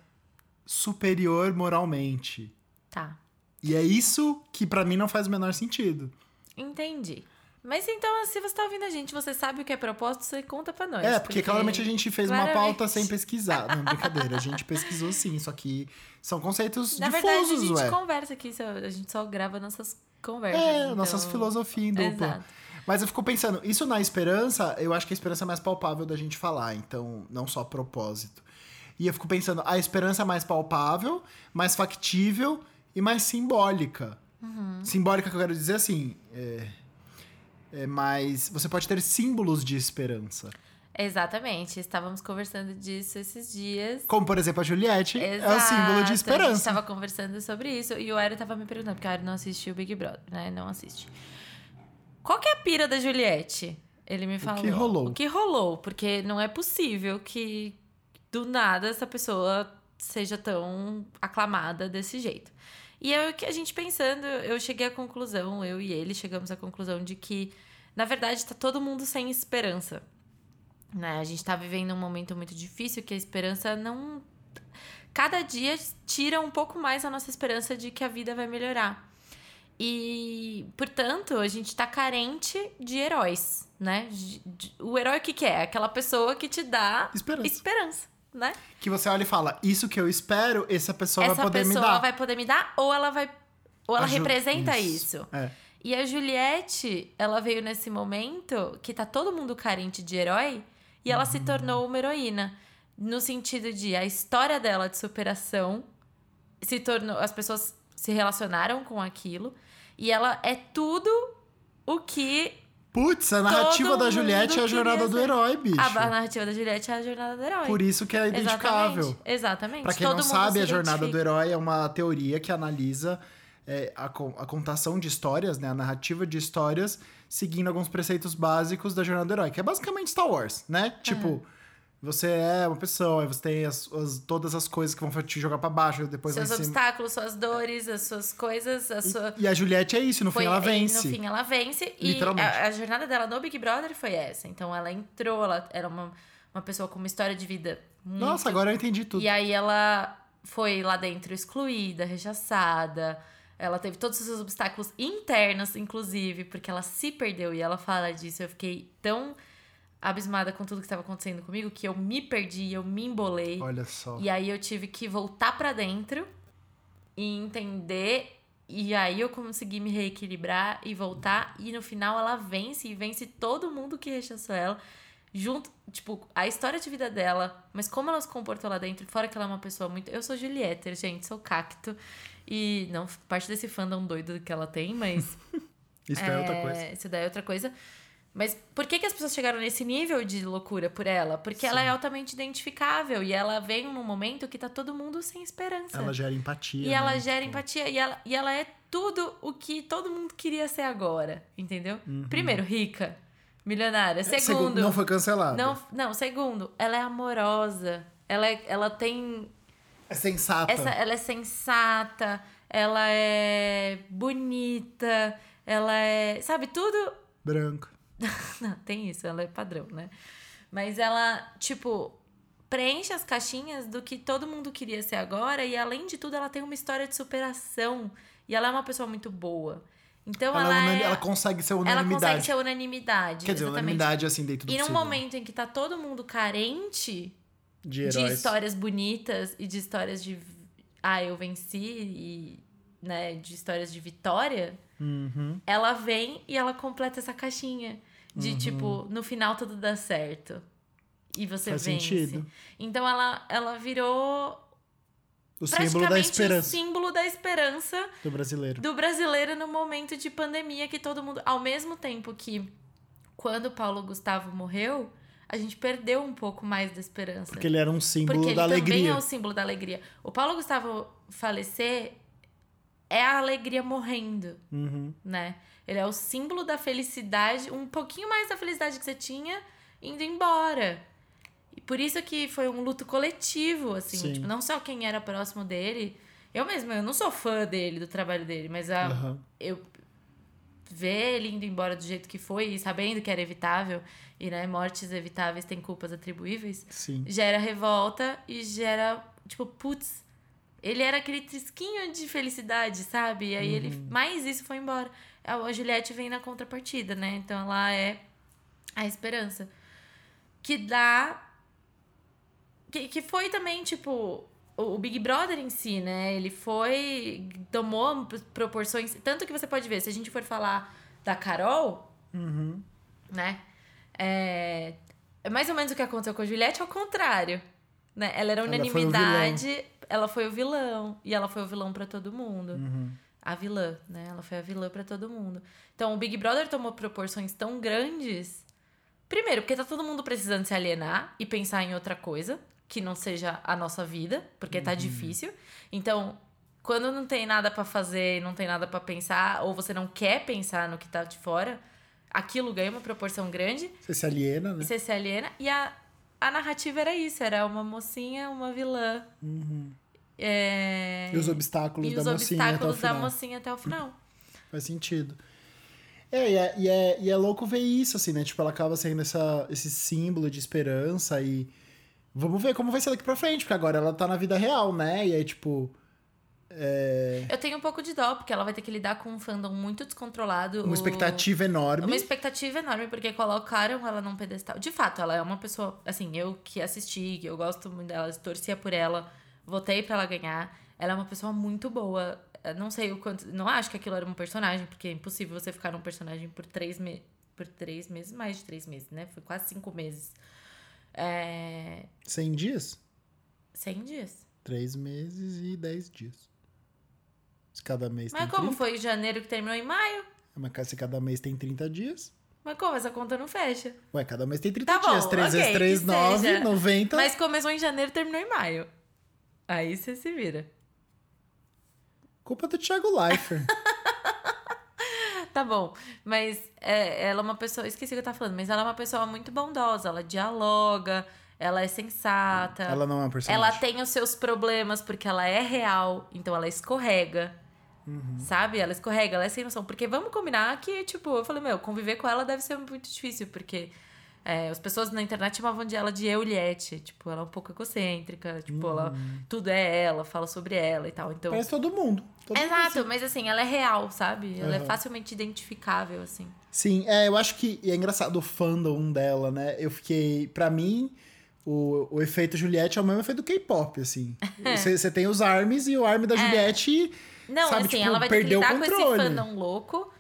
S2: superior moralmente.
S1: Tá.
S2: E é isso que pra mim não faz o menor sentido.
S1: Entendi. Mas então, se você tá ouvindo a gente, você sabe o que é propósito, você conta pra nós.
S2: É, porque claramente a gente fez uma
S1: claramente.
S2: pauta sem pesquisar. Não, brincadeira. A gente pesquisou sim, só que são conceitos
S1: Na verdade, a
S2: é difusos,
S1: gente
S2: ué.
S1: conversa aqui, só- a gente só grava nossas conversas.
S2: É,
S1: então-
S2: nossas filosofias em dupla.
S1: Exato.
S2: Mas eu fico pensando, isso na esperança, eu acho que a esperança é mais palpável da gente falar, então, não só propósito. E eu fico pensando, a esperança é mais palpável, mais factível e mais simbólica.
S1: Uhum.
S2: Simbólica que eu quero dizer assim. É, é mais. Você pode ter símbolos de esperança.
S1: Exatamente. Estávamos conversando disso esses dias.
S2: Como, por exemplo, a Juliette é o
S1: Exato,
S2: símbolo de
S1: A gente tá
S2: esperança.
S1: tava conversando sobre isso e o Aero tava me perguntando, porque o Aero não assistiu o Big Brother, né? Não assiste. Qual que é a pira da Juliette? Ele me falou.
S2: rolou?
S1: O que rolou? Porque não é possível que do nada essa pessoa seja tão aclamada desse jeito. E é o que a gente pensando, eu cheguei à conclusão, eu e ele chegamos à conclusão de que, na verdade, tá todo mundo sem esperança. Né? A gente tá vivendo um momento muito difícil que a esperança não cada dia tira um pouco mais a nossa esperança de que a vida vai melhorar. E, portanto, a gente tá carente de heróis, né? De- de- O herói o que, que é? Aquela pessoa que te dá
S2: Esperança.
S1: esperança, né?
S2: Que você olha e fala, isso que eu espero, essa pessoa
S1: Essa
S2: vai poder
S1: pessoa
S2: me dar.
S1: vai poder me dar ou ela vai ou ela
S2: Aju-
S1: representa
S2: isso.
S1: isso.
S2: É.
S1: E a Juliette, ela veio nesse momento que tá todo mundo carente de herói e ela
S2: Uhum.
S1: se tornou uma heroína. No sentido de a história dela de superação se tornou. As pessoas se relacionaram com aquilo e ela é tudo o que
S2: Putz, a narrativa
S1: Todo
S2: da Juliette
S1: mundo
S2: é a jornada
S1: queria
S2: do
S1: ser.
S2: herói, bicho.
S1: a ba- narrativa da Juliette é a jornada do herói.
S2: Por isso que é identificável.
S1: Exatamente. Exatamente.
S2: Pra quem
S1: Todo
S2: não
S1: mundo
S2: sabe,
S1: se
S2: a jornada do
S1: identifica.
S2: herói é uma teoria que analisa é, a, con- a contação de histórias, né? A narrativa de histórias, seguindo alguns preceitos básicos da jornada do herói, que é basicamente Star Wars,
S1: É.
S2: né? Tipo, você é uma pessoa, aí você tem as- as- todas as coisas que vão te jogar pra baixo, depois
S1: Seus
S2: vai ser-
S1: obstáculos, suas dores, as suas coisas, a sua.
S2: E a Juliette é isso, no
S1: Foi-
S2: fim ela
S1: e
S2: vence.
S1: No fim, ela vence. E
S2: Literalmente.
S1: a, a jornada dela no Big Brother foi essa. Então, ela entrou, ela era uma, uma pessoa com uma história de vida muito...
S2: Nossa, agora eu entendi tudo.
S1: E aí, ela foi lá dentro excluída, rechaçada. Ela teve todos os seus obstáculos internos, inclusive, porque ela se perdeu. E ela fala disso. Eu fiquei tão abismada com tudo que estava acontecendo comigo que eu me perdi, eu me embolei.
S2: Olha só.
S1: E aí eu tive que voltar pra dentro e entender. E aí eu consegui me reequilibrar e voltar. E no final ela vence e vence todo mundo que rechaçou ela. Junto, tipo, a história de vida dela, mas como ela se comportou lá dentro, fora que ela é uma pessoa muito. Eu sou Julieta, gente, sou cacto. E não parte desse fandom doido que ela tem, mas
S2: Isso é, outra coisa.
S1: isso daí é outra coisa. Mas por que, que as pessoas chegaram nesse nível de loucura por ela? Porque ela é altamente identificável e ela vem num momento que tá todo mundo sem esperança.
S2: Ela gera empatia.
S1: e
S2: né?
S1: ela gera
S2: Tipo,
S1: empatia e ela, e ela é tudo o que todo mundo queria ser agora, entendeu? Primeiro, rica, milionária. Segundo,
S2: Uhum. É, Não foi cancelado.
S1: não, não, segundo, ela é amorosa. Ela, é- ela tem
S2: É sensata.
S1: essa, ela é sensata, ela é bonita, ela é. Sabe, tudo.
S2: Branco.
S1: Não, tem isso, ela é padrão, né? Mas ela, tipo, preenche as caixinhas do que todo mundo queria ser agora, e além de tudo, ela tem uma história de superação. E ela é uma pessoa muito boa. Então
S2: Ela,
S1: ela,
S2: unani-
S1: é.
S2: ela consegue ser
S1: ela
S2: unanimidade.
S1: consegue ser unanimidade.
S2: Quer dizer,
S1: exatamente.
S2: unanimidade assim dentro do
S1: E num
S2: possível.
S1: momento em que tá todo mundo carente,
S2: de
S1: de
S2: heróis.
S1: histórias bonitas e de histórias de ah, eu venci e né, de histórias de vitória,
S2: Uhum.
S1: ela vem e ela completa essa caixinha de
S2: Uhum.
S1: tipo, no final tudo dá certo. E você
S2: Faz
S1: vence.
S2: sentido.
S1: Então ela ela virou
S2: O símbolo da
S1: praticamente o
S2: esperança
S1: símbolo da esperança
S2: do brasileiro.
S1: do brasileiro no momento de pandemia que todo mundo, ao mesmo tempo que quando Paulo Gustavo morreu, a gente perdeu um pouco mais da esperança.
S2: Porque ele era um símbolo
S1: Porque ele
S2: da
S1: também é
S2: alegria.
S1: o símbolo da alegria. O Paulo Gustavo falecer é a alegria morrendo,
S2: Uhum.
S1: né? Ele é o símbolo da felicidade, um pouquinho mais da felicidade que você tinha indo embora. E por isso que foi um luto coletivo, assim,
S2: Sim.
S1: tipo, não só quem era próximo dele. Eu mesma, eu não sou fã dele, do trabalho dele, mas a,
S2: Aham.
S1: eu ver ele indo embora do jeito que foi e sabendo que era evitável, e né, mortes evitáveis têm culpas atribuíveis,
S2: Sim.
S1: gera revolta e gera, tipo, putz, ele era aquele trisquinho de felicidade, sabe? E aí ele, mais isso foi embora. A a Juliette vem na contrapartida, né? Então ela é a esperança. Que dá. Que, que foi também, tipo. O o Big Brother em si, né? Ele foi. tomou proporções. Tanto que você pode ver, se a gente for falar da Carol,
S2: Uhum.
S1: né? É, é mais ou menos o que aconteceu com a Juliette, ao contrário. Né? Ela era
S2: Ela foi o
S1: unanimidade, ela foi o vilão. E ela foi o vilão pra todo mundo.
S2: Uhum.
S1: A vilã, né? Ela foi a vilã pra todo mundo. Então o Big Brother tomou proporções tão grandes. Primeiro, porque tá todo mundo precisando se alienar e pensar em outra coisa que não seja a nossa vida, porque
S2: Uhum.
S1: tá difícil. Então, quando não tem nada pra fazer, não tem nada pra pensar, ou você não quer pensar no que tá de fora, aquilo ganha uma proporção grande
S2: Você se aliena,
S1: e
S2: né?
S1: você se aliena. E a, a narrativa era isso: era uma mocinha, uma vilã. É,
S2: Uhum. E os obstáculos
S1: e
S2: da
S1: os
S2: mocinha até o
S1: obstáculos da
S2: final.
S1: mocinha até o final.
S2: Faz sentido. É, e é, e, é, e é louco ver isso, assim, né? Tipo, ela acaba sendo essa, esse símbolo de esperança e. Vamos ver como vai ser daqui pra frente, porque agora ela tá na vida real, né? E aí, tipo. É.
S1: Eu tenho um pouco de dó, porque ela vai ter que lidar com um fandom muito descontrolado.
S2: Uma
S1: o-
S2: expectativa enorme.
S1: Uma expectativa enorme, porque colocaram ela num pedestal. De fato, ela é uma pessoa, assim, eu que assisti, que eu gosto muito dela, torcia por ela, votei pra ela ganhar. Ela é uma pessoa muito boa. Eu não sei o quanto. Não acho que aquilo era um personagem, porque é impossível você ficar num personagem por três, me... por três meses, mais de três meses, né? Foi quase cinco meses. É...
S2: 100 dias?
S1: Cem dias.
S2: 3 meses e 10 dias. Se cada mês
S1: Mas
S2: tem
S1: como
S2: 30,
S1: foi janeiro que terminou em maio?
S2: Mas se cada mês tem 30 dias.
S1: Mas como essa conta não fecha?
S2: Ué, cada mês tem 30
S1: Tá bom,
S2: dias. 3
S1: ok,
S2: vezes 3,
S1: que
S2: 9,
S1: seja.
S2: 90.
S1: Mas começou em janeiro terminou em maio. Aí você se vira.
S2: Culpa do Thiago Leifert.
S1: Tá bom. Mas é, ela é uma pessoa. Esqueci o que eu tava falando, mas ela é uma pessoa muito bondosa. Ela dialoga, ela é sensata.
S2: ela não é um personagem.
S1: Ela tem os seus problemas porque ela é real, então ela escorrega.
S2: Uhum.
S1: Sabe? Ela escorrega, ela é sem noção. Porque vamos combinar que, tipo, eu falei, meu, conviver com ela deve ser muito difícil, porque é, as pessoas na internet chamavam de ela de Euliette. Tipo, ela é um pouco egocêntrica, tipo, ela, tudo é ela, fala sobre ela e tal. Então.
S2: Uhum. Parece todo mundo. Todo mundo
S1: Exato, mas assim, ela é real, sabe? Ela é
S2: Aham.
S1: facilmente identificável, assim.
S2: Sim, é, eu acho que e é engraçado o fandom dela, né? Eu fiquei, Pra mim, o, o efeito Juliette é o mesmo efeito do K-pop, assim.
S1: É.
S2: Você você tem os arms e o arm da Juliette
S1: Não,
S2: Sabe,
S1: assim,
S2: tipo,
S1: ela vai ter que
S2: perdeu o
S1: lidar com esse
S2: controle.
S1: fandom louco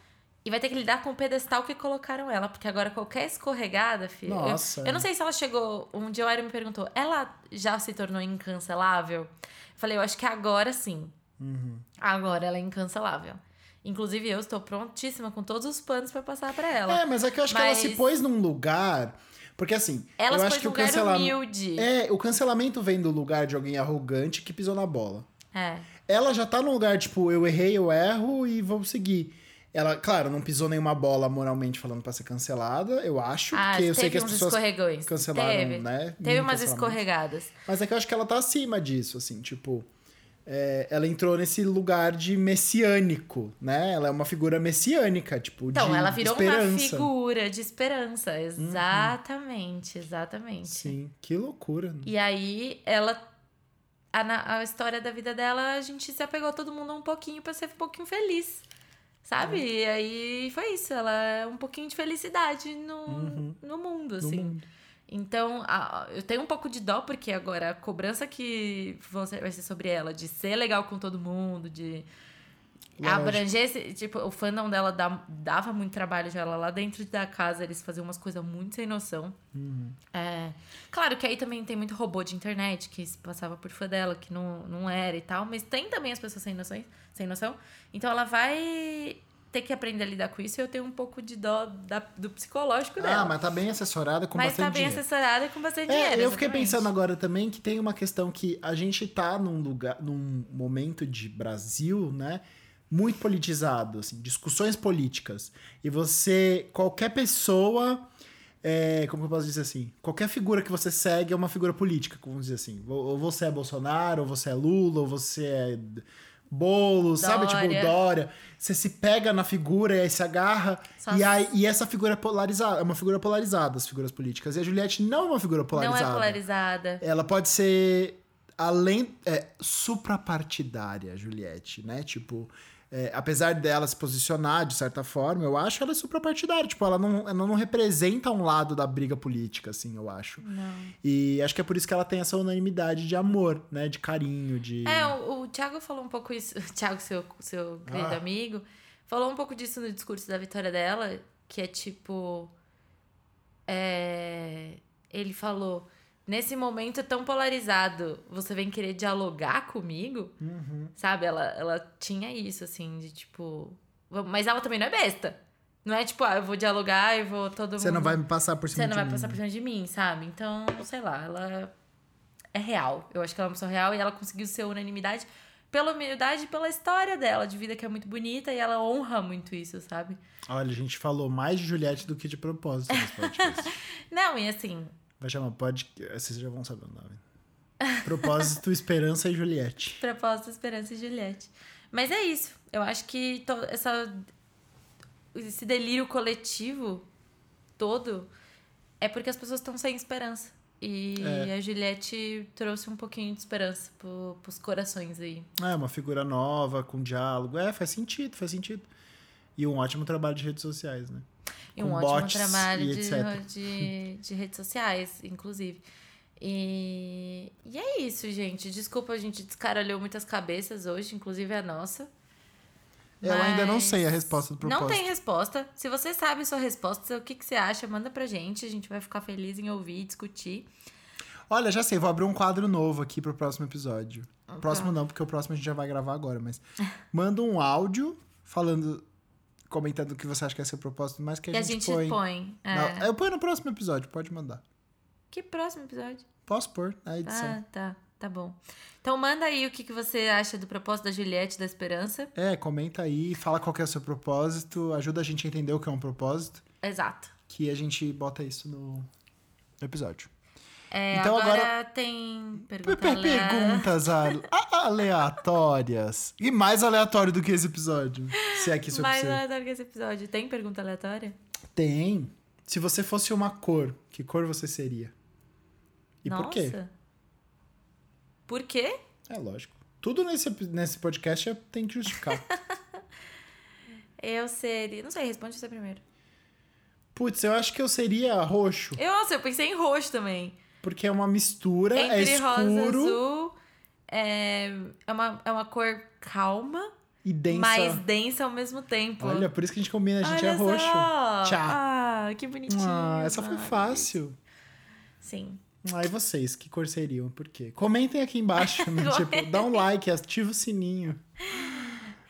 S1: e vai ter que lidar com o pedestal que colocaram ela, porque agora qualquer escorregada, filho. eu-
S2: Nossa.
S1: Eu, não sei se ela chegou. Um dia o Aero me perguntou, ela já se tornou incancelável? Eu falei, eu acho que agora sim.
S2: Uhum.
S1: Agora ela é incancelável. Inclusive, eu estou prontíssima com todos os panos pra passar pra ela.
S2: É, mas é que eu acho que ela se
S1: Mas-
S2: pôs num lugar. Porque assim,
S1: ela
S2: eu
S1: se pôs
S2: acho que
S1: num
S2: o
S1: lugar
S2: cancelamento.
S1: humilde.
S2: É, o cancelamento vem do lugar de alguém arrogante que pisou na bola.
S1: É.
S2: Ela já tá num lugar, tipo, eu errei, eu erro e vamos seguir. Ela, claro, não pisou nenhuma bola moralmente falando pra ser cancelada, eu acho,
S1: Ah,
S2: porque eu sei
S1: teve
S2: que as
S1: uns
S2: pessoas
S1: escorregões.
S2: cancelaram,
S1: teve.
S2: né?
S1: Teve
S2: Mini
S1: umas
S2: cancelamentos.
S1: escorregadas.
S2: Mas é que eu acho que ela tá acima disso, assim, tipo. é, ela entrou nesse lugar de messiânico, né? Ela é uma figura messiânica, tipo,
S1: Então,
S2: de
S1: ela virou
S2: esperança. Uhum.
S1: uma figura de esperança. Exatamente, exatamente.
S2: Sim, que loucura. né?
S1: E aí, ela. A, na- a história da vida dela, a gente se apegou todo mundo um pouquinho pra ser um pouquinho feliz. Sabe?
S2: Uhum.
S1: E aí foi isso. Ela é um pouquinho de felicidade no,
S2: Uhum.
S1: no mundo, assim. Então, a- eu tenho um pouco de dó, porque agora a cobrança que vão ser- vai ser sobre ela, de ser legal com todo mundo, de
S2: Lógico.
S1: abranger esse. Tipo, o fandom dela dá- dava muito trabalho já. Ela lá dentro da casa, eles faziam umas coisas muito sem noção. É, claro que aí também tem muito robô de internet que se passava por fã dela, que não, não era e tal, mas tem também as pessoas sem noção, sem noção. Então ela vai ter que aprender a lidar com isso e eu tenho um pouco de dó da- do psicológico dela.
S2: Ah, mas tá bem assessorada com
S1: Mas
S2: bastante
S1: tá bem
S2: dinheiro.
S1: assessorada e com bastante
S2: É,
S1: dinheiro.
S2: eu fiquei
S1: exatamente.
S2: pensando agora também que tem uma questão que a gente tá num lugar, num momento de Brasil, né? Muito politizado, assim, discussões políticas. E você, qualquer pessoa, é, como que eu posso dizer assim? Qualquer figura que você segue é uma figura política, vamos dizer assim. Ou ou você é Bolsonaro, ou você é Lula, ou você é Boulos, sabe? Tipo,
S1: Dória.
S2: Dória. Você se pega na figura e aí se agarra.
S1: Só-
S2: E, aí, e essa figura é polarizada, é uma figura polarizada, as figuras políticas. E a Juliette não é uma figura
S1: Não
S2: polarizada.
S1: é polarizada.
S2: Ela pode ser além é, suprapartidária, Juliette, né? Tipo, é, apesar dela se posicionar de certa forma, eu acho ela é suprapartidária. Tipo, ela não, ela não representa um lado da briga política, assim, eu acho.
S1: Hum. Não.
S2: E acho que é por isso que ela tem essa unanimidade de amor, né? De carinho, de.
S1: É, o, o Thiago falou um pouco isso. O Thiago, seu, seu querido
S2: Ah.
S1: amigo, falou um pouco disso no discurso da vitória dela, que é tipo. é, ele falou. Nesse momento tão polarizado, você vem querer dialogar comigo?
S2: Uhum.
S1: Sabe? Ela, ela tinha isso, assim, de tipo. "Vamos-" Mas ela também não é besta. Não é tipo, ah, eu vou dialogar e vou todo mundo.
S2: Você não vai me passar por cima
S1: Você não
S2: de
S1: vai
S2: mim.
S1: passar por cima de mim, sabe? Então, sei lá, ela é real. Eu acho que ela é uma pessoa real e ela conseguiu ser unanimidade pela humildade e pela história dela de vida, que é muito bonita e ela honra muito isso, sabe?
S2: Olha, a gente falou mais de Juliette do que de propósito nesse podcast.
S1: Não, e assim,
S2: vai chamar podcast. Vocês já vão saber o nome. Propósito, Esperança e Juliette.
S1: Propósito, Esperança e Juliette. Mas é isso. Eu acho que to- essa, esse delírio coletivo todo é porque as pessoas estão sem esperança. E a Juliette trouxe um pouquinho de esperança pro, pros corações aí.
S2: É, uma figura nova, com diálogo. É, faz sentido, faz sentido. E um ótimo trabalho de redes sociais, né?
S1: E um
S2: Com
S1: ótimo
S2: bots
S1: trabalho
S2: e
S1: de,
S2: etc.
S1: de, de redes sociais, inclusive. E, e é isso, gente. Desculpa, a gente descaralhou muitas cabeças hoje, inclusive a nossa.
S2: Eu ainda não
S1: Mas-
S2: sei a resposta do propósito.
S1: Não tem resposta. Se você sabe a sua resposta, o que, que você acha, manda pra gente. A gente vai ficar feliz em ouvir e discutir.
S2: Olha, já sei, vou abrir um quadro novo aqui pro próximo episódio.
S1: Ah, tá.
S2: Próximo não, porque o próximo a gente já vai gravar agora, mas. Manda um áudio falando. Comentando o que você acha que é seu propósito, mas que a,
S1: E a gente põe. É.
S2: Na- Eu ponho no próximo episódio, pode mandar.
S1: Que próximo episódio?
S2: Posso pôr na edição.
S1: Ah, tá. Tá bom. Então manda aí o que, que você acha do propósito da Juliette da Esperança.
S2: É, comenta aí, fala qual que é o seu propósito, ajuda a gente a entender o que é um propósito,
S1: Exato.
S2: que a gente bota isso no no episódio.
S1: É,
S2: Então
S1: agora,
S2: agora-
S1: tem
S2: Per-
S1: pergunta.
S2: per-
S1: aleatória.
S2: Perguntas ale- a- aleatórias. E mais aleatório do que esse episódio. Se é que isso é
S1: Mais
S2: possível.
S1: aleatório que esse episódio. Tem pergunta aleatória?
S2: Tem. Se você fosse uma cor, que cor você seria? E
S1: Nossa.
S2: por quê?
S1: Por quê?
S2: É lógico. Tudo nesse, epi- nesse podcast é- tem que justificar.
S1: Eu seria. Não sei, responde você primeiro.
S2: Putz, eu acho que eu seria roxo.
S1: Eu, nossa, eu pensei em roxo também.
S2: Porque é uma mistura, é
S1: Entre rosa e
S2: escuro
S1: azul. É, é, uma, é uma cor calma,
S2: e densa.
S1: mas densa ao mesmo tempo.
S2: Olha, por isso que a gente combina, a gente é
S1: Olha
S2: roxo.
S1: só!
S2: Tchau.
S1: Ah, que bonitinho.
S2: Ah, essa foi
S1: mano.
S2: fácil.
S1: Sim.
S2: Aí vocês, que cor seriam? Por quê? Comentem aqui embaixo, né?
S1: Agora-
S2: tipo, dá um like, ativa o sininho.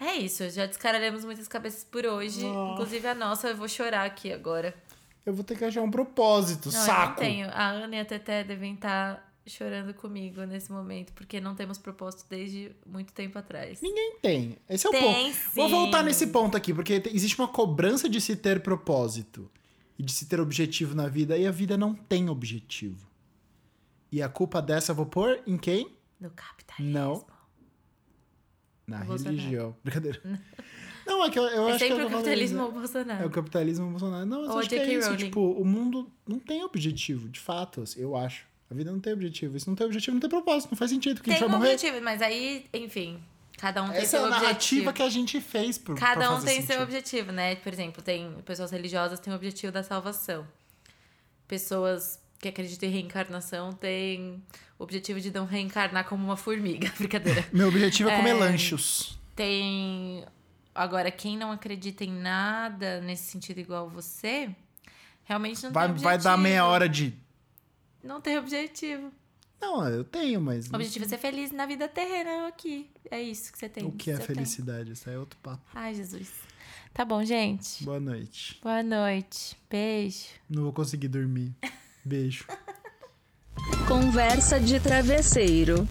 S1: É isso, já descaralhamos muitas cabeças por hoje.
S2: Oh.
S1: Inclusive a nossa, eu vou chorar aqui agora.
S2: Eu vou ter que achar um propósito,
S1: Não, eu não
S2: saco.
S1: tenho. A Ana e a Teté devem estar chorando comigo nesse momento, porque não temos propósito desde muito tempo atrás.
S2: Ninguém tem. Esse é o ponto.
S1: Tem sim.
S2: Vou voltar nesse ponto aqui, porque te- existe uma cobrança de se ter propósito e de se ter objetivo na vida, e a vida não tem objetivo. E a culpa dessa eu vou pôr em quem?
S1: No capitalismo. É
S2: Não. Na
S1: No Bolsonaro.
S2: religião. Brincadeira. Não, é que eu, eu
S1: É
S2: acho que. eu
S1: sempre
S2: tô
S1: o capitalismo
S2: valorizando.
S1: ou o Bolsonaro.
S2: É o capitalismo Bolsonaro. Não, mas
S1: Ou
S2: eu acho que é
S1: J.K.
S2: isso.
S1: Rowling.
S2: Tipo, o mundo não tem objetivo, de fato, assim, eu acho. A vida não tem objetivo. Isso não tem objetivo, não tem propósito, não faz sentido, porque a
S1: tem
S2: gente
S1: um
S2: vai morrer.
S1: objetivo, mas aí, enfim, cada um tem
S2: Essa é
S1: seu
S2: a narrativa
S1: objetivo.
S2: que a gente fez pro pra
S1: Cada um
S2: fazer
S1: tem seu
S2: sentido.
S1: objetivo, né? Por exemplo, tem pessoas religiosas têm o objetivo da salvação. Pessoas que acreditam em reencarnação têm o objetivo de não reencarnar como uma formiga, brincadeira.
S2: Meu objetivo é comer lanchos.
S1: Tem agora quem não acredita em nada nesse sentido igual você, realmente não
S2: Vai,
S1: tem objetivo.
S2: vai dar meia hora de.
S1: Não tem objetivo.
S2: Não, eu tenho, mas.
S1: O objetivo é ser feliz na vida terrena aqui. É isso que você tem.
S2: O que é
S1: Isso eu tenho.
S2: felicidade? Isso aí é outro papo.
S1: Ai, Jesus. Tá bom, gente.
S2: Boa noite.
S1: Boa noite. Beijo.
S2: Não vou conseguir dormir. Beijo.
S3: Conversa de travesseiro.